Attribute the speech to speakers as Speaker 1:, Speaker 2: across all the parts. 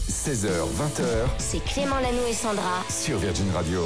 Speaker 1: 16h, 20h
Speaker 2: C'est Clément Lanoux et Sandra
Speaker 1: sur Virgin Radio.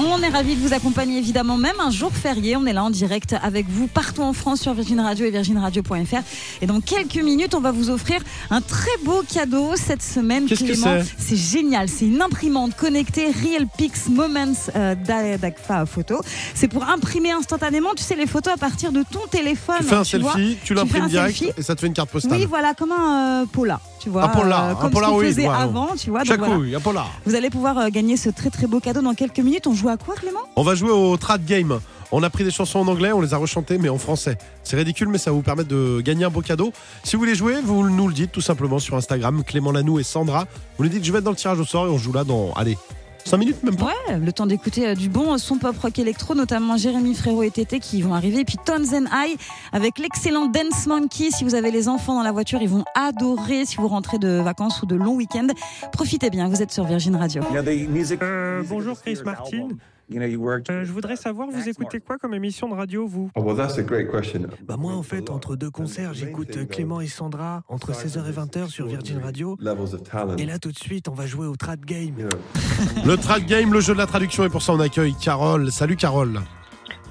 Speaker 3: On est ravis de vous accompagner évidemment, même un jour férié. On est là en direct avec vous partout en France sur Virgin Radio et virginradio.fr. Et dans quelques minutes, on va vous offrir un très beau cadeau cette semaine.
Speaker 4: Qu'est-ce que
Speaker 3: Clément.
Speaker 4: c'est
Speaker 3: C'est génial. C'est une imprimante connectée RealPix Moments euh, d'A- d'Agfa Photo. C'est pour imprimer instantanément, tu sais, les photos à partir de ton téléphone.
Speaker 4: Tu fais un
Speaker 3: Ah vois.
Speaker 4: selfie,
Speaker 3: fais
Speaker 4: tu l'imprimes
Speaker 3: un
Speaker 4: direct
Speaker 3: selfie.
Speaker 4: et ça te fait une carte postale.
Speaker 3: Oui, voilà, comme un euh, Pola, tu vois. euh,
Speaker 4: Un Pola, un
Speaker 3: comme ce qu'on
Speaker 4: Polaroid,
Speaker 3: faisait
Speaker 4: ouais.
Speaker 3: avant, tu vois. Donc voilà.
Speaker 4: Chacouille, un polar.
Speaker 3: Vous allez pouvoir euh, gagner ce très très beau cadeau dans quelques minutes. On joue à quoi, Clément
Speaker 4: On va jouer au Trad Game. On a pris des chansons en anglais, on les a rechantées mais en français. C'est ridicule mais ça va vous permettre de gagner un beau cadeau. Si vous voulez jouer, vous nous le dites tout simplement sur Instagram, Clément Lanou et Sandra. Vous nous dites je vais être dans le tirage au sort et on joue là dans allez 5 minutes même pas.
Speaker 3: Ouais, le temps d'écouter euh, du bon euh, son pop rock électro, notamment Jérémy Frérot et Tété qui vont arriver, et puis Tons and I avec l'excellent Dance Monkey. Si vous avez les enfants dans la voiture, ils vont adorer. Si vous rentrez de vacances ou de longs week-ends, profitez bien. Vous êtes sur Virgin Radio.
Speaker 5: Euh, bonjour Chris Martin. Euh, je voudrais savoir, vous écoutez quoi comme émission de radio, vous
Speaker 6: Oh, well, that's a great question.
Speaker 7: Bah moi en fait entre deux concerts j'écoute euh, Clément et Sandra entre 16h et 20h sur Virgin Radio
Speaker 6: Levels of talent.
Speaker 7: et là tout de suite on va jouer au Trad Game.
Speaker 6: You know,
Speaker 4: Le Trad Game, le jeu de la traduction et pour ça on accueille Carole. Salut Carole.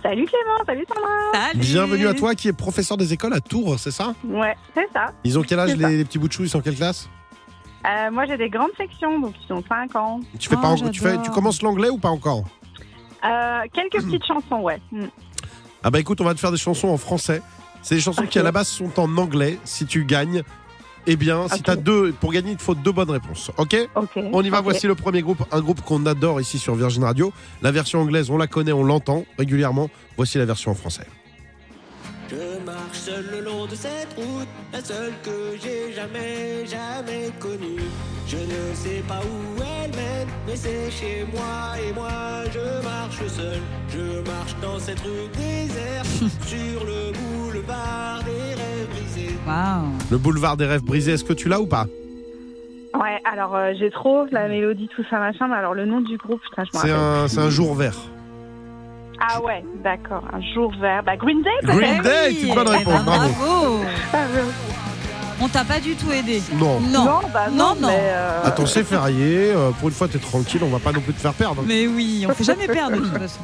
Speaker 8: Salut Clément, salut Sandra.
Speaker 3: Salut
Speaker 4: Bienvenue à toi qui est professeur des écoles à Tours, c'est ça
Speaker 8: Ouais, c'est ça.
Speaker 4: Ils ont quel âge
Speaker 8: C'est ça.
Speaker 4: les, les petits bouts de chou, ils sont en quelle classe
Speaker 8: Euh, moi j'ai des grandes sections, donc ils ont 5 ans.
Speaker 4: Tu fais
Speaker 3: Oh,
Speaker 4: pas en- tu fais
Speaker 3: j'adore.
Speaker 4: tu commences l'anglais ou pas encore
Speaker 8: Euh, quelques petites
Speaker 3: Hmm.
Speaker 8: chansons, ouais. Mm.
Speaker 4: Ah bah écoute, on va te faire des chansons en français. C'est des chansons qui à la base sont en anglais. Si tu gagnes, eh bien, si
Speaker 8: Ok.
Speaker 4: t'as deux, pour gagner, il te faut deux bonnes réponses. Ok
Speaker 8: Ok.
Speaker 4: On y va,
Speaker 8: ok.
Speaker 4: voici le premier groupe, un groupe qu'on adore ici sur Virgin Radio. La version anglaise, on la connaît, on l'entend régulièrement. Voici la version en français.
Speaker 7: Je marche seul le long de cette route, la seule que j'ai jamais jamais connue. Je ne sais pas où elle mène, mais c'est chez moi et moi je marche seul. Je marche dans cette rue déserte sur le boulevard des rêves brisés.
Speaker 3: Waouh.
Speaker 4: Le boulevard des rêves brisés, est-ce que tu l'as ou pas
Speaker 8: Ouais, alors euh, j'ai trop la mélodie, tout ça machin, mais alors le nom du groupe, putain, je m'en
Speaker 4: C'est
Speaker 8: rappelle.
Speaker 4: un, c'est un jour vert.
Speaker 8: Ah ouais, d'accord, un jour vert. Bah Green Day peut-être
Speaker 4: Green Day,
Speaker 3: Oui.
Speaker 4: c'est une bonne
Speaker 3: Eh ben,
Speaker 4: réponse, bravo.
Speaker 3: bravo.
Speaker 8: Ah, euh,
Speaker 3: On t'a pas du tout aidé.
Speaker 4: Non.
Speaker 3: Non.
Speaker 8: bah
Speaker 3: Non,
Speaker 8: non,
Speaker 3: non.
Speaker 8: mais, euh,
Speaker 4: Attends, c'est férié. euh, pour une fois, t'es tranquille, on va pas non plus te faire perdre.
Speaker 3: Mais oui, on fait jamais perdre de toute façon.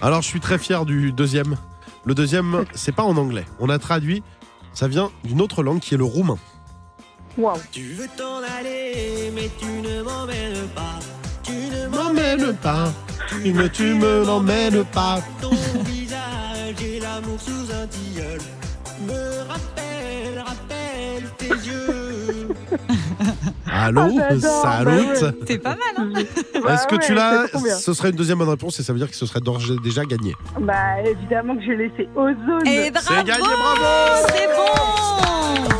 Speaker 4: Alors, je suis très fier du deuxième. Le deuxième, c'est pas en anglais. On a traduit. Ça vient d'une autre langue qui est le roumain.
Speaker 8: wow.
Speaker 7: Tu veux t'en aller, mais tu ne m'emmènes pas. Tu ne
Speaker 4: M'emmène pas, tu me, tu me l'emmènes pas.
Speaker 7: Ton visage et l'amour sous un tilleul me rappelle, rappelle tes yeux.
Speaker 4: Allô,
Speaker 8: Ah, j'adore,
Speaker 4: salut.
Speaker 8: bah
Speaker 3: C'est pas mal. hein.
Speaker 4: Est-ce que
Speaker 8: Ouais,
Speaker 4: tu
Speaker 8: ouais,
Speaker 4: l'as
Speaker 8: c'est trop bien.
Speaker 4: Ce serait une deuxième bonne réponse et ça veut dire que ce serait d'ores- déjà gagné.
Speaker 8: Bah évidemment que j'ai laissé Ozone.
Speaker 3: Et Eh, bravo.
Speaker 4: gagné, bravo.
Speaker 3: C'est bon.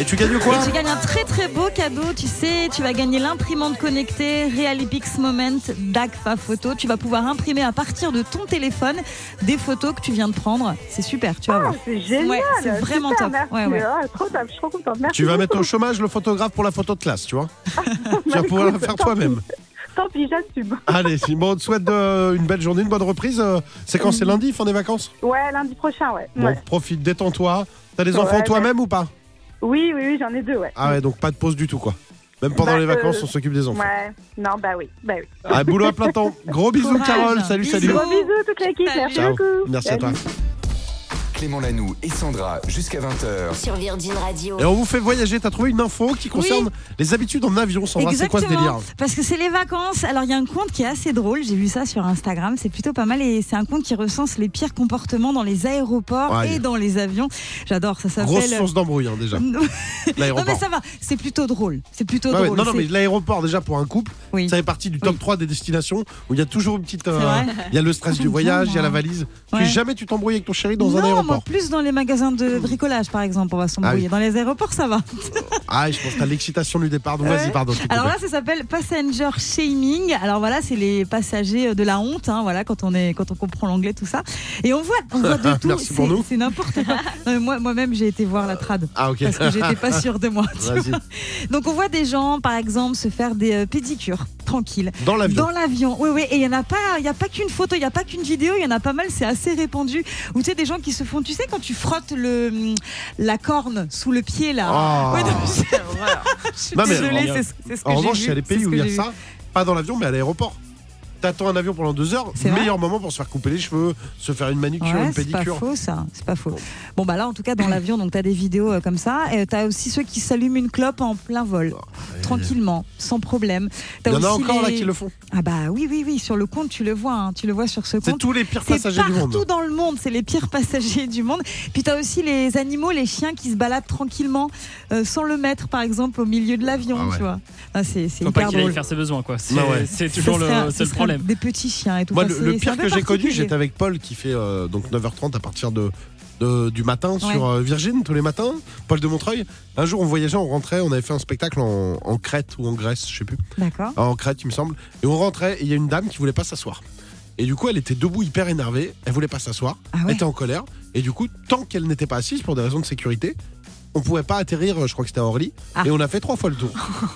Speaker 4: Et tu gagnes quoi
Speaker 3: Et tu gagnes un très très beau cadeau, tu sais, tu vas gagner l'imprimante connectée Realipix Moment d'Agfa Photo. Tu vas pouvoir imprimer à partir de ton téléphone des photos que tu viens de prendre. C'est super, tu vas
Speaker 8: Ah,
Speaker 3: voir.
Speaker 8: c'est génial.
Speaker 3: Ouais, c'est
Speaker 8: super,
Speaker 3: vraiment top.
Speaker 8: Merci.
Speaker 3: Ouais, ouais.
Speaker 8: Ah, trop top, je suis trop contente. Merci
Speaker 4: Tu vas mettre
Speaker 8: beaucoup.
Speaker 4: au chômage le photographe pour la photo de classe, tu vois Tu vas
Speaker 8: Bah,
Speaker 4: pouvoir la
Speaker 8: écoute,
Speaker 4: faire
Speaker 8: tant
Speaker 4: toi-même.
Speaker 8: pis, Tant pis, j'assume.
Speaker 4: Allez, bon, on te souhaite euh, une belle journée, une bonne reprise. Euh, C'est quand C'est lundi, fin des vacances
Speaker 8: Ouais, lundi prochain, ouais.
Speaker 4: Bon,
Speaker 8: ouais.
Speaker 4: profite, détends-toi. T'as des
Speaker 8: Ouais,
Speaker 4: enfants
Speaker 8: mais-
Speaker 4: toi-même ou pas
Speaker 8: Oui, oui, oui, j'en ai deux, ouais.
Speaker 4: Ah ouais, donc pas de pause du tout, quoi. Même pendant
Speaker 8: Bah,
Speaker 4: les vacances,
Speaker 8: euh,
Speaker 4: on s'occupe des enfants.
Speaker 8: Ouais, non, bah oui, bah oui.
Speaker 4: Ah, boulot à plein temps. Gros bisous,
Speaker 3: Courage.
Speaker 4: Carole. Salut,
Speaker 3: Bisous.
Speaker 4: salut.
Speaker 8: Gros bisous toute l'équipe,
Speaker 3: Salut.
Speaker 8: merci
Speaker 4: Ciao.
Speaker 8: beaucoup.
Speaker 4: Merci à toi.
Speaker 1: Clément Lanoux et Sandra jusqu'à 20h.
Speaker 2: sur Virgin Radio.
Speaker 4: Et on vous fait voyager. T'as trouvé une info qui concerne les habitudes en avion, Sandra. C'est quoi ce délire
Speaker 3: Exactement, parce que c'est les vacances. Alors il y a un compte qui est assez drôle, j'ai vu ça sur Instagram, c'est plutôt pas mal et c'est un compte qui recense les pires comportements dans les aéroports
Speaker 4: Ouais.
Speaker 3: et dans les avions. J'adore, ça
Speaker 4: Grosse
Speaker 3: s'appelle...
Speaker 4: source d'embrouille, hein, déjà.
Speaker 3: Non
Speaker 4: L'aéroport.
Speaker 3: mais ça va, c'est plutôt drôle. C'est plutôt
Speaker 4: Ah ouais,
Speaker 3: drôle.
Speaker 4: non, non, mais
Speaker 3: c'est-
Speaker 4: l'aéroport, déjà, pour un couple,
Speaker 3: Oui.
Speaker 4: ça fait partie du top 3 des destinations où il y a toujours une petite. euh,
Speaker 3: vrai.
Speaker 4: Il y a le stress du
Speaker 3: J'aime
Speaker 4: voyage,
Speaker 3: bien,
Speaker 4: il y a la
Speaker 3: moi.
Speaker 4: valise.
Speaker 3: Ouais.
Speaker 4: Puis jamais tu t'embrouilles avec ton chéri dans un
Speaker 3: non, moi,
Speaker 4: aéroport.
Speaker 3: plus dans les magasins de bricolage, par exemple, on va s'embrouiller.
Speaker 4: Ah oui.
Speaker 3: Dans les aéroports, ça va.
Speaker 4: Ah, je pense que t'as l'excitation du départ. Donc, vas-y,
Speaker 3: Ouais.
Speaker 4: pardon. je t'ai
Speaker 3: Alors
Speaker 4: coupé.
Speaker 3: là, ça s'appelle passenger shaming. Alors voilà, c'est les passagers de la honte, hein, voilà, quand on est, quand on comprend l'anglais, tout ça. Et on voit, on voit de tout.
Speaker 4: Merci pour
Speaker 3: C'est-
Speaker 4: nous.
Speaker 3: C'est n'importe quoi. Non, mais moi, moi-même, j'ai été voir la trad.
Speaker 4: Ah, ok.
Speaker 3: Parce que j'étais pas sûre de moi. tu vois.
Speaker 4: Vas-y.
Speaker 3: Donc on voit des gens, par exemple, se faire des euh, pédicures. tranquille.
Speaker 4: Dans l'avion.
Speaker 3: Dans l'avion, oui, oui. Et il n'y en a pas, il y a pas qu'une photo, il n'y a pas qu'une vidéo, il y en a pas mal, c'est assez répandu. Ou tu sais, des gens qui se font, tu sais, quand tu frottes le, hum, la corne sous le pied, là.
Speaker 4: Ah.
Speaker 3: Ouais, non, je, je suis
Speaker 4: Non, mais-
Speaker 3: désolée, c'est ce- c'est ce que
Speaker 4: En
Speaker 3: j'ai
Speaker 4: revanche,
Speaker 3: vu,
Speaker 4: il y a des
Speaker 3: c'est
Speaker 4: pays
Speaker 3: ce
Speaker 4: où
Speaker 3: que
Speaker 4: il y a
Speaker 3: j'ai vu.
Speaker 4: ça, pas dans l'avion, mais à l'aéroport. T'attends un avion pendant deux heures,
Speaker 3: C'est vrai
Speaker 4: meilleur moment pour se faire couper les cheveux, se faire une manucure,
Speaker 3: Ouais,
Speaker 4: une
Speaker 3: c'est pas
Speaker 4: pédicure.
Speaker 3: faux ça, c'est pas faux. Bon bah là en tout cas dans l'avion donc t'as des vidéos euh, comme ça et t'as aussi ceux qui s'allument une clope en plein vol tranquillement sans problème. T'as
Speaker 4: Ah, Il y en a
Speaker 3: aussi
Speaker 4: encore là
Speaker 3: les-
Speaker 4: qui le font.
Speaker 3: Ah bah oui oui oui sur le compte tu le vois hein, tu le vois sur ce
Speaker 4: C'est
Speaker 3: compte.
Speaker 4: tous les pires
Speaker 3: C'est
Speaker 4: passagers du
Speaker 3: partout
Speaker 4: monde.
Speaker 3: dans le monde, c'est les pires passagers du monde. Puis t'as aussi les animaux, les chiens qui se baladent tranquillement euh, sans le mettre par exemple au milieu de l'avion,
Speaker 4: Ah ouais.
Speaker 3: tu vois. Ah, c'est c'est
Speaker 9: Faut pas
Speaker 3: hyper
Speaker 9: qu'il aille
Speaker 3: drôle.
Speaker 9: faire ses besoins, quoi. C'est
Speaker 4: Bah ouais.
Speaker 9: c'est
Speaker 3: Ce
Speaker 9: toujours
Speaker 3: serait-
Speaker 9: le
Speaker 3: ce
Speaker 9: seul
Speaker 3: serait
Speaker 9: problème.
Speaker 3: Des petits chiens et tout
Speaker 4: Moi,
Speaker 3: ça,
Speaker 4: le,
Speaker 3: c'est-
Speaker 4: le
Speaker 3: c'est un
Speaker 4: pire
Speaker 3: peu
Speaker 4: que j'ai connu,
Speaker 3: particulier.
Speaker 4: j'étais avec Paul qui fait euh, donc 9h30 à partir de, de- du matin sur euh, Virgin tous les matins. Paul de Montreuil. Un jour, on voyageait, on rentrait, on avait fait un spectacle en, en Crète ou en Grèce, je sais plus. Ah,
Speaker 3: D'accord.
Speaker 4: en Crète, il me semble. Et on rentrait et il y a une dame qui voulait pas s'asseoir. Et du coup, elle était debout hyper énervée, elle voulait pas s'asseoir,
Speaker 3: Ah ouais.
Speaker 4: elle était en colère. Et du coup, tant qu'elle n'était pas assise pour des raisons de sécurité, on pouvait pas atterrir, euh, je crois que c'était à Orly.
Speaker 3: Ah.
Speaker 4: Et on a fait trois fois le tour.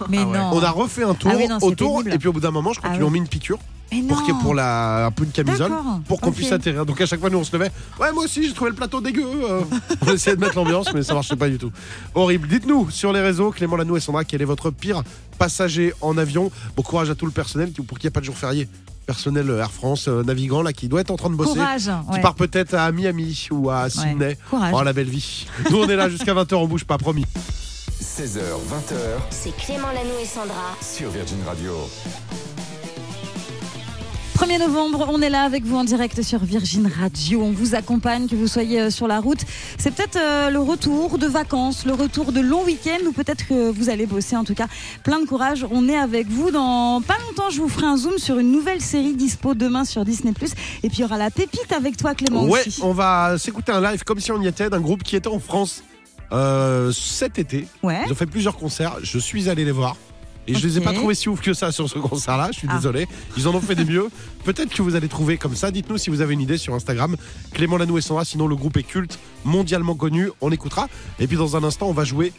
Speaker 3: Mais
Speaker 9: Ah ouais.
Speaker 3: non.
Speaker 4: On a refait un tour
Speaker 3: Ah oui, non, c'est
Speaker 4: autour
Speaker 3: pénible.
Speaker 4: et puis au bout d'un moment, je crois
Speaker 3: Ah
Speaker 4: qu'ils lui ont
Speaker 3: ouais.
Speaker 4: mis une piqûre
Speaker 3: Mais non.
Speaker 4: pour, qu'il- pour la, un peu de camisole.
Speaker 3: D'accord.
Speaker 4: Pour qu'on
Speaker 3: Ok.
Speaker 4: puisse atterrir. Donc à chaque fois, nous on se levait. Ouais, moi aussi, j'ai trouvé le plateau dégueu. euh. on essayait de mettre l'ambiance, mais ça marchait pas du tout. Horrible. Dites-nous sur les réseaux, Clément Lanou et Sandra, quel est votre pire passager en avion Bon courage à tout le personnel qui- pour qu'il n'y ait pas de jour férié. Personnel Air France, euh, navigant, là, qui doit être en train de bosser.
Speaker 3: Courage.
Speaker 4: Qui
Speaker 3: ouais.
Speaker 4: part peut-être à Miami ou à Sydney.
Speaker 3: Ouais. Ah, Courage.
Speaker 4: Oh, la belle vie. Nous, on est là jusqu'à 20h, on bouge pas, promis.
Speaker 1: 16h, 20h
Speaker 2: C'est Clément Lanou et Sandra.
Speaker 1: sur Virgin Radio.
Speaker 3: 1er novembre, on est là avec vous en direct sur Virgin Radio. On vous accompagne, que vous soyez euh, sur la route. C'est peut-être euh, le retour de vacances, le retour de longs week-ends ou peut-être que vous allez bosser. En tout cas, plein de courage. On est avec vous. Dans pas longtemps, je vous ferai un zoom sur une nouvelle série dispo demain sur Disney. Et puis il y aura la pépite avec toi, Clément.
Speaker 4: Ouais,
Speaker 3: aussi.
Speaker 4: on va s'écouter un live comme si on y était d'un groupe qui était en France euh, cet été.
Speaker 3: ouais.
Speaker 4: Ils ont fait plusieurs concerts, je suis allé les voir. Et je les ai
Speaker 3: Ok.
Speaker 4: pas trouvés si ouf que ça sur ce concert-là, je suis
Speaker 3: Ah.
Speaker 4: désolé. Ils en ont fait des mieux. Peut-être que vous allez trouver comme ça. Dites-nous si vous avez une idée sur Instagram. Clément Lanou et Sandra, sinon le groupe est culte, mondialement connu, on écoutera. Et puis dans un instant, on va jouer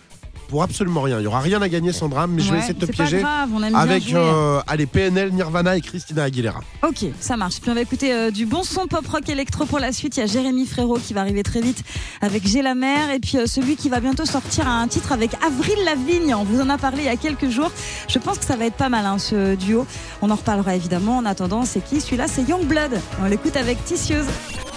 Speaker 4: pour absolument rien. Il n'y aura rien à gagner, Sandra, mais je
Speaker 3: Ouais,
Speaker 4: vais essayer de te
Speaker 3: c'est pas
Speaker 4: piéger
Speaker 3: grave, on aime bien
Speaker 4: avec
Speaker 3: jouer.
Speaker 4: euh, allez, PNL, Nirvana et Christina Aguilera.
Speaker 3: Ok, ça marche. Puis on va écouter euh, du bon son pop rock électro pour la suite. Il y a Jérémy Frérot qui va arriver très vite avec J'ai la mer et puis euh, celui qui va bientôt sortir un titre avec Avril Lavigne. On vous en a parlé il y a quelques jours. Je pense que ça va être pas mal hein, ce duo. On en reparlera évidemment. En attendant, c'est qui Celui-là, c'est Youngblood. On l'écoute avec Tisseuse.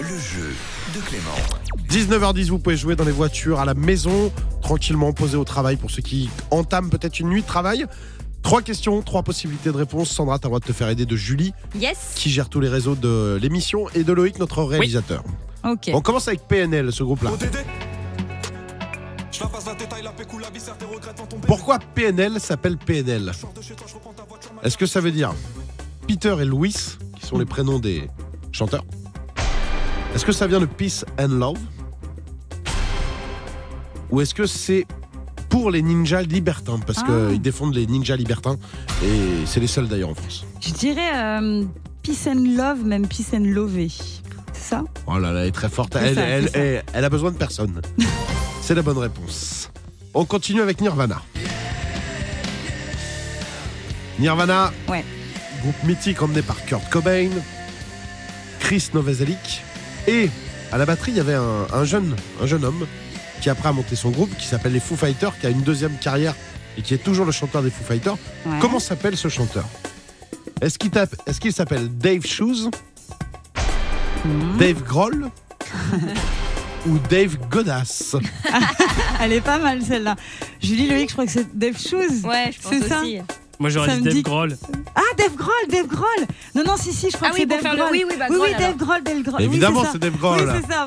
Speaker 1: Le jeu de Clément.
Speaker 4: 19h10, vous pouvez jouer dans les voitures, à la maison, tranquillement, posé au travail pour ceux qui entament peut-être une nuit de travail. Trois questions, trois possibilités de réponse. Sandra, t'as le droit de te faire aider de Julie,
Speaker 3: Yes.
Speaker 4: qui gère tous les réseaux de l'émission, et de Loïc, notre réalisateur.
Speaker 3: Ok.
Speaker 4: On commence avec PNL, ce groupe-là. Pourquoi PNL s'appelle PNL Est-ce que ça veut dire Peter et Louis, qui sont les prénoms des chanteurs Est-ce que ça vient de Peace and Love Ou est-ce que c'est pour les ninjas libertins Parce
Speaker 3: Ah.
Speaker 4: qu'ils défendent les ninjas libertins et c'est les seuls d'ailleurs en France.
Speaker 3: Je dirais euh, Peace and Love, même Peace and Love. C'est ça
Speaker 4: Oh là là, elle est très forte.
Speaker 3: C'est
Speaker 4: Elle,
Speaker 3: ça,
Speaker 4: elle-
Speaker 3: c'est ça.
Speaker 4: elle- elle a besoin de personne. C'est la bonne réponse. On continue avec Nirvana. Nirvana,
Speaker 3: Ouais.
Speaker 4: groupe mythique emmené par Kurt Cobain, Chris Novoselic et à la batterie il y avait un, un jeune, un jeune homme qui après a monté son groupe qui s'appelle les Foo Fighters, qui a une deuxième carrière et qui est toujours le chanteur des Foo Fighters.
Speaker 3: Ouais.
Speaker 4: Comment s'appelle ce chanteur Est-ce qu'il tape- est-ce qu'il s'appelle Dave Shoes Dave Grohl Ou Dave Godas
Speaker 3: Elle est pas mal celle-là. Julie Loïc, je crois que c'est Dave Shoes. Ouais, je pense aussi.
Speaker 9: Moi, j'aurais
Speaker 3: Ça
Speaker 9: dit
Speaker 3: me
Speaker 9: Dave
Speaker 3: dit-
Speaker 9: Grohl.
Speaker 3: Ah, Dave Grohl, Dave Grohl. Non, non, si, si, je crois que c'est Dave Grohl. Ah Oui, oui, oui, Dave Grohl, Dave Grohl.
Speaker 4: Évidemment,
Speaker 3: oui,
Speaker 4: c'est
Speaker 3: c'est
Speaker 4: Dave
Speaker 3: ça.
Speaker 4: Grohl.
Speaker 3: Oui, c'est ça.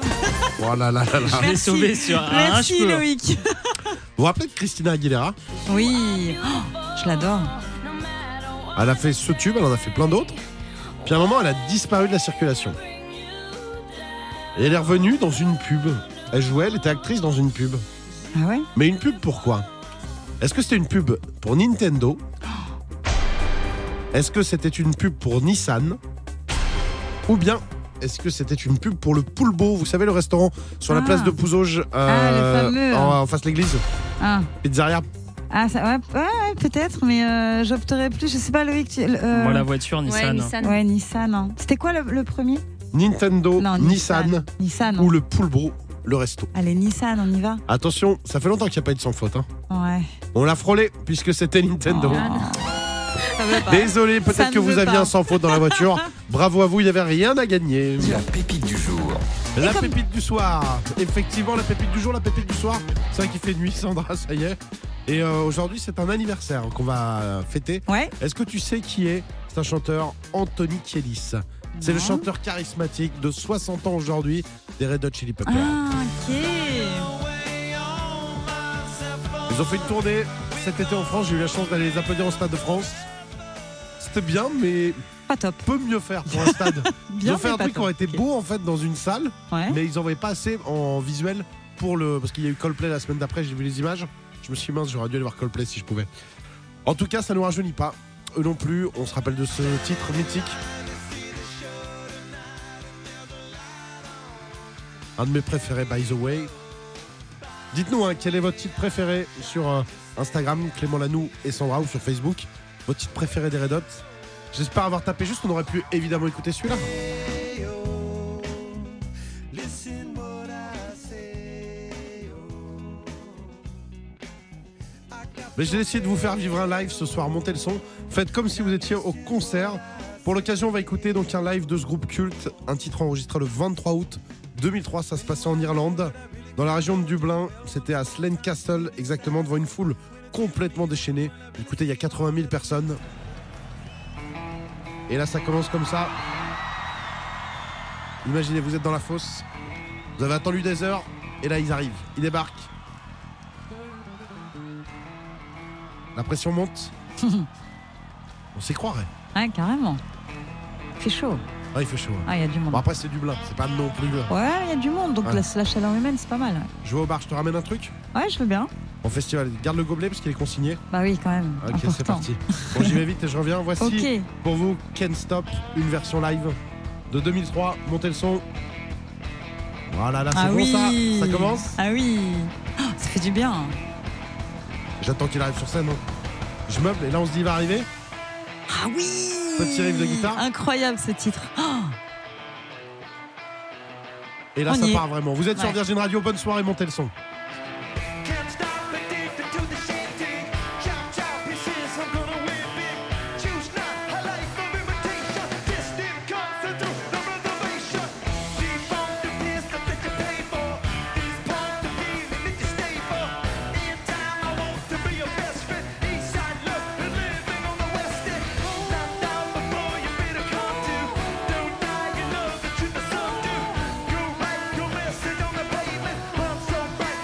Speaker 4: oh là là là là.
Speaker 9: Je l'ai
Speaker 3: Merci.
Speaker 9: sauvé sur un, un
Speaker 3: Merci,
Speaker 9: cheveu.
Speaker 3: Loïc.
Speaker 4: Vous vous rappelez de Christina Aguilera
Speaker 3: Oui, Oh, je l'adore.
Speaker 4: Elle a fait ce tube, elle en a fait plein d'autres. Puis à un moment, elle a disparu de la circulation. Et elle est revenue dans une pub. Elle jouait, elle était actrice dans une pub.
Speaker 3: Ah ouais
Speaker 4: Mais une pub pourquoi Est-ce que c'était une pub pour Nintendo Est-ce que c'était une pub pour Nissan Ou bien est-ce que c'était une pub pour le Poulbeau Vous savez le restaurant sur la
Speaker 3: Ah.
Speaker 4: place de Pouzauge
Speaker 3: Ah, le fameux,
Speaker 4: euh, en,
Speaker 3: hein.
Speaker 4: en face de l'église
Speaker 3: Ah,
Speaker 4: Pizzeria
Speaker 3: Ah, ça, ouais, ouais, ouais, peut-être, mais euh, j'opterais plus. Je sais pas, Loïc. Tu, le- euh,
Speaker 9: Moi, la voiture,
Speaker 10: Ouais,
Speaker 9: Nissan.
Speaker 10: Nissan.
Speaker 3: Ouais, Nissan. hein. C'était quoi le, le premier
Speaker 4: Nintendo,
Speaker 3: Non,
Speaker 4: Nissan,
Speaker 3: Nissan. hein.
Speaker 4: ou le Poulbro, le resto.
Speaker 3: Allez, Nissan, on y va.
Speaker 4: Attention, ça fait longtemps qu'il n'y a pas eu de sans faute. hein.
Speaker 3: Ouais.
Speaker 4: On l'a frôlé puisque c'était Nintendo.
Speaker 10: Ça veut pas.
Speaker 3: Ah.
Speaker 4: Désolé,
Speaker 3: Ça
Speaker 4: peut-être
Speaker 3: ne
Speaker 4: que vous
Speaker 3: veut
Speaker 4: aviez
Speaker 3: pas.
Speaker 4: un sans faute dans la voiture. Bravo à vous, il n'y avait rien à gagner.
Speaker 1: La pépite du jour.
Speaker 4: La pépite du soir. Effectivement, la pépite du jour, la pépite du soir. C'est vrai qu'il fait nuit, Sandra, ça y est. Et euh, aujourd'hui, c'est un anniversaire qu'on va euh, fêter.
Speaker 3: Ouais.
Speaker 4: Est-ce que tu sais qui est C'est un chanteur, Anthony Kielis. C'est le
Speaker 3: Non.
Speaker 4: chanteur charismatique de 60 ans aujourd'hui des Red Hot Chili Peppers.
Speaker 3: Ah, ok.
Speaker 4: Ils ont fait une tournée cet été en France. J'ai eu la chance d'aller les applaudir au Stade de France. C'était bien, mais
Speaker 3: Pas top.
Speaker 4: peut mieux faire pour un stade. Ils
Speaker 3: Bien
Speaker 4: ont fait
Speaker 3: mais
Speaker 4: un
Speaker 3: pas
Speaker 4: truc qui
Speaker 3: top.
Speaker 4: aurait été
Speaker 3: Ok.
Speaker 4: beau en fait dans une salle,
Speaker 3: Ouais.
Speaker 4: mais ils n'envoyaient pas assez en visuel pour le. Parce qu'il y a eu Coldplay la semaine d'après, j'ai vu les images. Je me suis dit, mince, j'aurais dû aller voir Coldplay si je pouvais. En tout cas, ça ne nous rajeunit pas. Eux non plus, on se rappelle de ce titre mythique. Un de mes préférés, by the way. Dites-nous hein, quel est votre titre préféré sur euh, Instagram, Clément Lanoux et Sandra ou sur Facebook. Votre titre préféré des Red Hot. J'espère avoir tapé juste, on aurait pu évidemment écouter celui-là. Mais j'ai décidé de vous faire vivre un live ce soir, montez le son. Faites comme si vous étiez au concert. Pour l'occasion, on va écouter donc un live de ce groupe culte, un titre enregistré le 23 août 2003, ça se passait en Irlande, dans la région de Dublin, c'était à Slane Castle, exactement devant une foule complètement déchaînée. Écoutez, il y a 80 000 personnes. Et là, ça commence comme ça. Imaginez, vous êtes dans la fosse, vous avez attendu des heures, et là, ils arrivent, ils débarquent. La pression monte. On s'y croirait.
Speaker 3: Ouais, carrément. Fait chaud.
Speaker 4: Ah, il fait chaud. hein.
Speaker 3: Ah, il y a du monde.
Speaker 4: Bon, après, c'est Dublin, c'est pas non plus. euh,
Speaker 3: Ouais, il y a du monde, donc
Speaker 4: Ouais.
Speaker 3: la, la chaleur humaine, c'est pas mal. ouais.
Speaker 4: Je vais au bar, je te ramène un truc
Speaker 3: Ouais, je veux bien.
Speaker 4: En festival, garde le gobelet parce qu'il est consigné.
Speaker 3: Bah oui, quand même.
Speaker 4: Ok,
Speaker 3: Important.
Speaker 4: c'est parti. Bon, j'y vais vite et je reviens. Voici
Speaker 3: Ok.
Speaker 4: pour vous Ken Stop, une version live de 2003. Montez le son. Voilà, là, c'est
Speaker 3: Ah
Speaker 4: bon
Speaker 3: oui.
Speaker 4: ça. Ça commence.
Speaker 3: Ah oui. Oh, ça fait du bien.
Speaker 4: J'attends qu'il arrive sur scène. hein. Je meuble et là, on se dit, il va arriver.
Speaker 3: Ah oui.
Speaker 4: Petit riff de guitare.
Speaker 3: Incroyable ce titre. Oh,
Speaker 4: Et là,
Speaker 3: On
Speaker 4: ça
Speaker 3: y est.
Speaker 4: part vraiment. Vous êtes sur
Speaker 3: Ouais.
Speaker 4: Virgin Radio, bonne soirée, montez le son.
Speaker 7: You're right, you're missing on the pavement. I'm so right,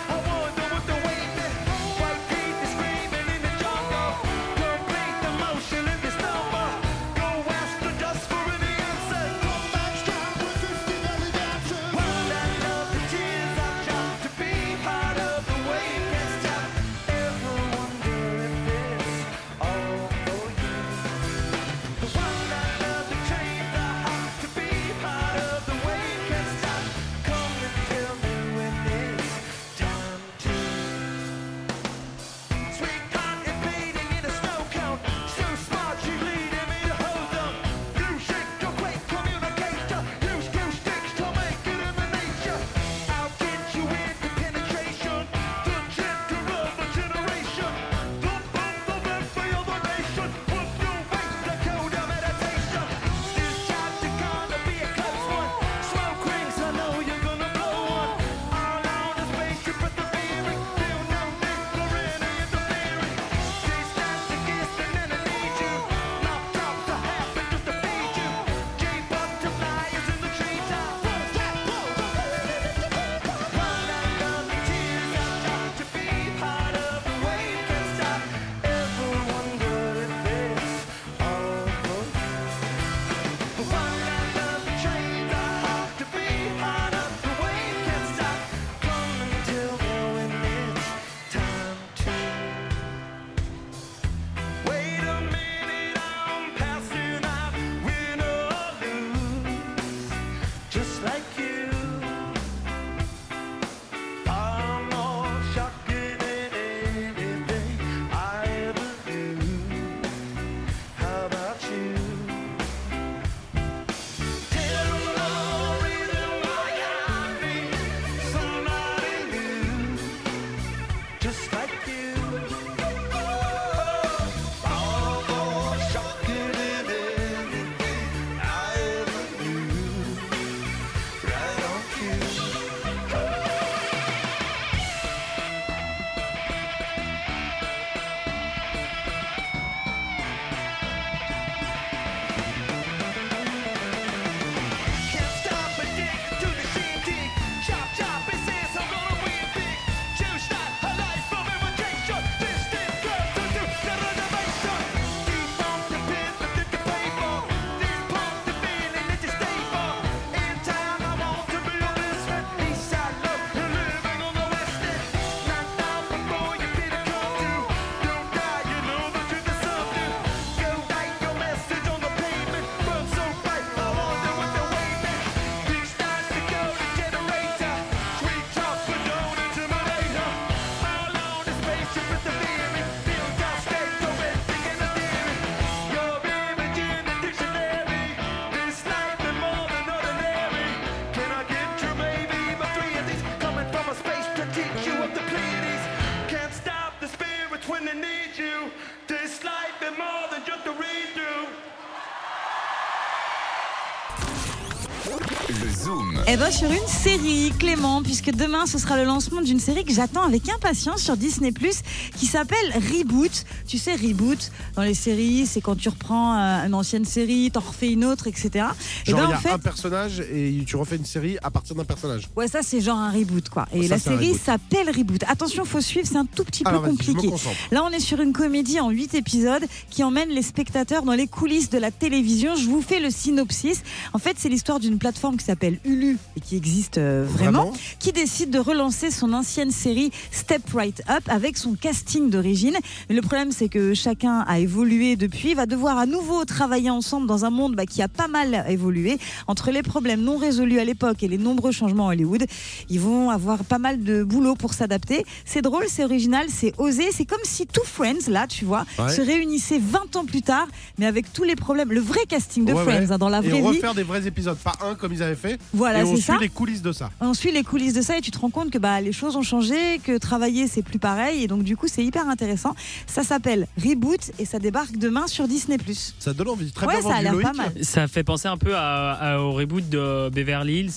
Speaker 1: Le Zoom.
Speaker 3: Eh ben sur une série, Clément, puisque demain ce sera le lancement d'une série que j'attends avec impatience sur Disney Plus, qui s'appelle Reboot. Tu sais, Reboot dans les séries, c'est quand tu reprends euh, une ancienne série, t'en refais une autre, etc. Et Eh ben,
Speaker 4: Genre, il y a un personnage et tu refais une série à partir d'un personnage.
Speaker 3: Ouais, ça c'est genre un reboot quoi. Et
Speaker 4: Oh, Ça,
Speaker 3: la
Speaker 4: c'est un
Speaker 3: série
Speaker 4: reboot.
Speaker 3: s'appelle Reboot. Attention, faut suivre, c'est un tout petit
Speaker 4: Alors,
Speaker 3: peu
Speaker 4: vas-y, je me
Speaker 3: compliqué.
Speaker 4: concentre.
Speaker 3: Là, on est sur une comédie en 8 épisodes qui emmène les spectateurs dans les coulisses de la télévision. Je vous fais le synopsis. En fait, c'est l'histoire d'une plateforme qui s'appelle Hulu et qui existe euh, vraiment,
Speaker 4: Vraiment
Speaker 3: qui décide de relancer son ancienne série Step Right Up avec son casting d'origine. Mais le problème, c'est que chacun a évolué depuis, va devoir à nouveau travailler ensemble dans un monde bah, qui a pas mal évolué. Entre les problèmes non résolus à l'époque et les nombreux changements à Hollywood, ils vont avoir pas mal de boulot pour s'adapter. C'est drôle, c'est original, c'est osé. C'est comme si tout Friends, là, tu vois,
Speaker 4: Ouais.
Speaker 3: se réunissait 20 ans plus tard, mais avec tous les problèmes. Le vrai casting de
Speaker 4: Ouais,
Speaker 3: Friends,
Speaker 4: ouais.
Speaker 3: hein, dans la
Speaker 4: et
Speaker 3: vraie
Speaker 4: on
Speaker 3: vie.
Speaker 4: refaire des vrais épisodes, pas un comme ils avaient fait.
Speaker 3: Voilà,
Speaker 4: et on
Speaker 3: c'est
Speaker 4: suit
Speaker 3: ça.
Speaker 4: les coulisses de ça.
Speaker 3: On suit les coulisses de ça et tu te rends compte que bah, les choses ont changé, que travailler c'est plus pareil et donc du coup c'est hyper intéressant. Ça s'appelle Reboot et ça débarque demain sur Disney+.
Speaker 4: Ça donne envie. Très
Speaker 3: Ouais,
Speaker 4: bien
Speaker 3: ça a
Speaker 4: vendu,
Speaker 3: l'air
Speaker 4: Loïc.
Speaker 3: pas mal.
Speaker 9: Ça fait penser un peu à, à- au reboot de Beverly Hills,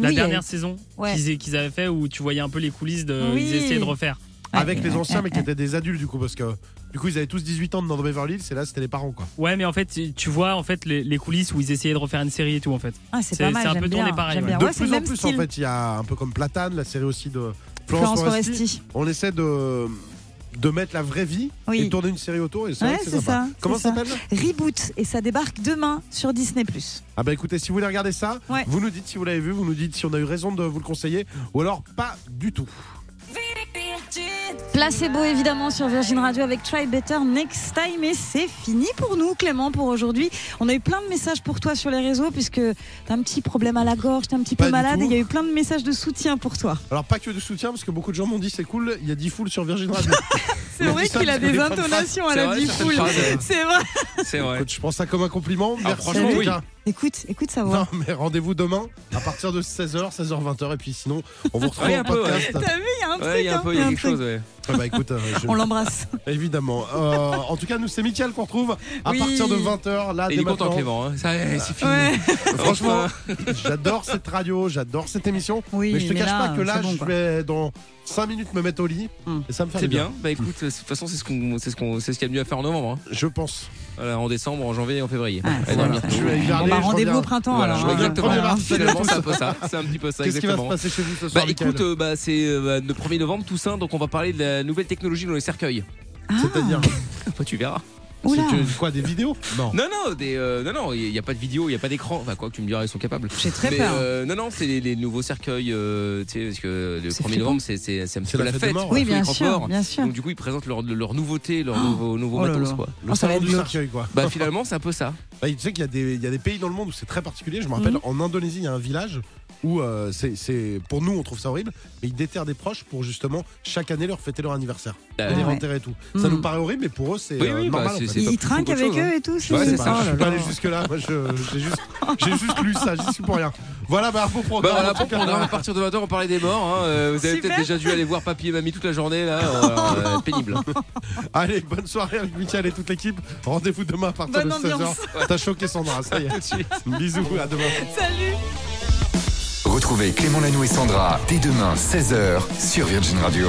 Speaker 9: la
Speaker 3: Oui,
Speaker 9: dernière
Speaker 3: elle-
Speaker 9: saison
Speaker 3: ouais.
Speaker 9: qu'ils qu'ils avaient fait où tu voyais un peu les coulisses de.
Speaker 3: Oui.
Speaker 9: Ils essayaient de refaire.
Speaker 4: Avec les anciens, mais qui étaient des adultes, du coup, parce que du coup, ils avaient tous 18 ans dans Beverly Hills, et là, c'était les parents, quoi.
Speaker 9: Ouais, mais en fait, tu- tu vois en fait les, les coulisses où ils essayaient de refaire une série et tout en fait.
Speaker 3: Ah, c'est
Speaker 9: C'est-
Speaker 3: pas mal,
Speaker 9: c'est un
Speaker 3: j'aime
Speaker 9: peu tourné
Speaker 3: bien,
Speaker 9: pareil,
Speaker 3: j'aime
Speaker 9: ouais.
Speaker 3: Eh bien.
Speaker 4: de
Speaker 3: Ouais, c'est
Speaker 4: plus
Speaker 3: le
Speaker 4: en
Speaker 3: même
Speaker 4: plus,
Speaker 3: style.
Speaker 4: en fait, il y a un peu comme Platane, la série aussi de Florence,
Speaker 3: Florence
Speaker 4: Foresti.
Speaker 3: Foresti.
Speaker 4: On essaie de, de mettre la vraie vie
Speaker 3: Oui.
Speaker 4: et tourner une série autour, et c'est
Speaker 3: Ouais,
Speaker 4: vrai que c'est
Speaker 3: c'est
Speaker 4: sympa.
Speaker 3: ça,
Speaker 4: Comment
Speaker 3: c'est
Speaker 4: ça
Speaker 3: ça.
Speaker 4: s'appelle
Speaker 3: Reboot et ça débarque demain sur Disney+.
Speaker 4: Ah bah écoutez, si vous voulez regarder ça,
Speaker 3: Ouais.
Speaker 4: vous nous dites si vous l'avez vu, vous nous dites si on a eu raison de vous le conseiller, ou alors pas du tout.
Speaker 3: Placebo évidemment sur Virgin Radio avec Try Better Next Time et c'est fini pour nous Clément pour aujourd'hui. On a eu plein de messages pour toi sur les réseaux puisque t'as un petit problème à la gorge, t'es un petit
Speaker 4: Pas
Speaker 3: peu
Speaker 4: du
Speaker 3: malade
Speaker 4: tout.
Speaker 3: et il y a eu plein de messages de soutien pour toi.
Speaker 4: Alors pas que de soutien, parce que beaucoup de gens m'ont dit c'est cool, il y a 10 foules sur Virgin Radio.
Speaker 3: C'est
Speaker 4: Mais
Speaker 3: vrai
Speaker 4: dis ça
Speaker 3: qu'il a
Speaker 4: parce que
Speaker 3: des
Speaker 4: les femmes
Speaker 3: intonations à
Speaker 11: C'est
Speaker 3: la
Speaker 11: vrai, ça fait
Speaker 3: bifoule.
Speaker 11: pas de-
Speaker 3: C'est vrai.
Speaker 11: C'est vrai.
Speaker 4: Écoute, je prends ça comme un compliment.
Speaker 11: Ah,
Speaker 4: Merci
Speaker 11: franchement,
Speaker 4: en tout
Speaker 11: oui.
Speaker 4: cas.
Speaker 3: Écoute, écoute sa
Speaker 4: Non
Speaker 3: voix.
Speaker 4: mais rendez-vous demain à partir de 16h, 16h, 20h et puis sinon on vous retrouve
Speaker 11: Oui,
Speaker 4: en
Speaker 11: un peu, ouais.
Speaker 4: podcast.
Speaker 3: T'as vu, il y a un truc.
Speaker 11: Ouais, il y a un
Speaker 3: hein,
Speaker 11: peu
Speaker 3: il y a un
Speaker 11: quelque
Speaker 3: truc.
Speaker 11: chose, ouais.
Speaker 4: Ah bah écoute, euh, je-
Speaker 3: On l'embrasse.
Speaker 4: évidemment. Euh, en tout cas, nous c'est Mickaël qu'on retrouve à
Speaker 3: Oui.
Speaker 4: partir de 20h là.
Speaker 11: Et
Speaker 4: dès
Speaker 11: il est content,
Speaker 4: maintenant.
Speaker 11: Clément. hein. Ça, eh, c'est fini.
Speaker 3: Ouais.
Speaker 4: Franchement, j'adore cette radio, j'adore cette émission.
Speaker 3: Oui,
Speaker 4: mais je te
Speaker 3: mais
Speaker 4: cache
Speaker 3: là,
Speaker 4: pas que là,
Speaker 3: c'est bon,
Speaker 4: je
Speaker 3: quoi.
Speaker 4: vais dans 5 minutes me mettre au lit
Speaker 3: Hum.
Speaker 4: et ça me fait
Speaker 11: Hmm. C'est
Speaker 4: du
Speaker 11: bien. Bah écoute, de toute façon, c'est ce qu'on, c'est ce qu'on, c'est ce qu'il y a de mieux à faire en novembre. hein.
Speaker 4: Je pense.
Speaker 11: Voilà, en décembre, en janvier, et en février.
Speaker 3: Ah,
Speaker 11: Allez,
Speaker 3: ça va.
Speaker 11: à bientôt.
Speaker 4: Je vais
Speaker 3: Bon,
Speaker 4: regarder.
Speaker 3: bah,
Speaker 4: je
Speaker 3: rendez-vous au
Speaker 4: reviens.
Speaker 3: printemps
Speaker 11: Voilà,
Speaker 3: alors.
Speaker 11: je vois
Speaker 3: hein.
Speaker 11: Oh exactement.
Speaker 4: Premier mars,
Speaker 11: Finalement, c'est un peu ça. C'est un petit peu ça.
Speaker 4: Qu'est-ce qui va se
Speaker 11: exactement.
Speaker 4: passer chez vous ce
Speaker 11: Bah
Speaker 4: soir Mickaël
Speaker 11: écoute, euh, bah, c'est euh, bah, le 1er novembre, Toussaint, donc on va parler de la nouvelle technologie dans les cercueils.
Speaker 4: Ah, C'est-à-dire,
Speaker 11: Bah, tu verras.
Speaker 3: Oula.
Speaker 4: c'est que- quoi, des vidéos Non.
Speaker 11: Non, non, des, euh, non, non, il n'y a pas de vidéo, il n'y a pas d'écran. Enfin, quoi que tu me diras, ils sont capables.
Speaker 3: J'ai très
Speaker 11: Mais,
Speaker 3: peur.
Speaker 11: euh, non, non, c'est les, les nouveaux cercueils, euh, tu sais, parce que le
Speaker 3: C'est
Speaker 11: 1er
Speaker 3: flippant.
Speaker 11: novembre, c'est c'est- c'est un petit
Speaker 4: C'est
Speaker 11: peu
Speaker 4: la
Speaker 11: la
Speaker 4: fête des
Speaker 11: fête.
Speaker 4: morts,
Speaker 3: Oui,
Speaker 11: tous les
Speaker 3: bien
Speaker 11: grands
Speaker 3: sûr,
Speaker 11: morts.
Speaker 3: bien sûr.
Speaker 11: Donc, du coup, ils présentent leur, leur nouveauté, leur
Speaker 3: Oh.
Speaker 11: nouveau, nouveau
Speaker 3: Oh là
Speaker 11: matos,
Speaker 3: là.
Speaker 11: quoi.
Speaker 4: Le
Speaker 3: Oh, ça va
Speaker 4: salon
Speaker 3: être
Speaker 4: du
Speaker 3: glauque.
Speaker 4: cercueil, quoi.
Speaker 11: Bah, finalement, c'est un peu ça.
Speaker 4: Bah, tu sais qu'il y, a des- il y a des pays dans le monde où c'est très particulier. Je me rappelle,
Speaker 3: Mhm.
Speaker 4: en Indonésie, il y a un village où euh, c'est, c'est- pour nous, on trouve ça horrible, mais ils déterrent des proches pour justement chaque année leur fêter leur anniversaire,
Speaker 11: Euh,
Speaker 4: et les
Speaker 3: ouais.
Speaker 4: enterrer et tout.
Speaker 3: Mhm.
Speaker 4: Ça nous paraît horrible, mais pour eux, c'est
Speaker 11: Oui,
Speaker 4: euh,
Speaker 11: oui, bah,
Speaker 4: normal. en
Speaker 11: c'est-
Speaker 4: fait.
Speaker 11: c'est
Speaker 3: Ils
Speaker 11: pas-
Speaker 3: trinquent
Speaker 11: faut autre
Speaker 3: avec
Speaker 11: chose,
Speaker 3: eux et tout. c'est-
Speaker 4: Je
Speaker 11: Ouais,
Speaker 4: sais
Speaker 11: c'est
Speaker 4: pas,
Speaker 11: ça.
Speaker 3: Oh
Speaker 4: je
Speaker 3: là
Speaker 4: suis pas
Speaker 3: là.
Speaker 4: allé jusque là, j'ai juste, j'ai juste lu ça, j'y suis pour rien. Voilà, bah pour
Speaker 11: Bah
Speaker 4: programme.
Speaker 11: voilà,
Speaker 4: en tout
Speaker 11: pour
Speaker 4: cas.
Speaker 11: programme, à partir de 20h, on parlait des morts. hein. Euh, Vous avez
Speaker 3: Super.
Speaker 11: peut-être déjà dû aller voir papy et mamie toute la journée, là. Alors, euh, pénible.
Speaker 4: Allez, bonne soirée avec Michael et toute l'équipe. Rendez-vous demain à partir
Speaker 3: Bonne
Speaker 4: de 16h.
Speaker 3: ambiance.
Speaker 4: T'as choqué Sandra, ça y est. Bisous, à demain.
Speaker 3: Salut.
Speaker 1: Retrouvez Clément Lanoux et Sandra dès demain 16h sur Virgin Radio.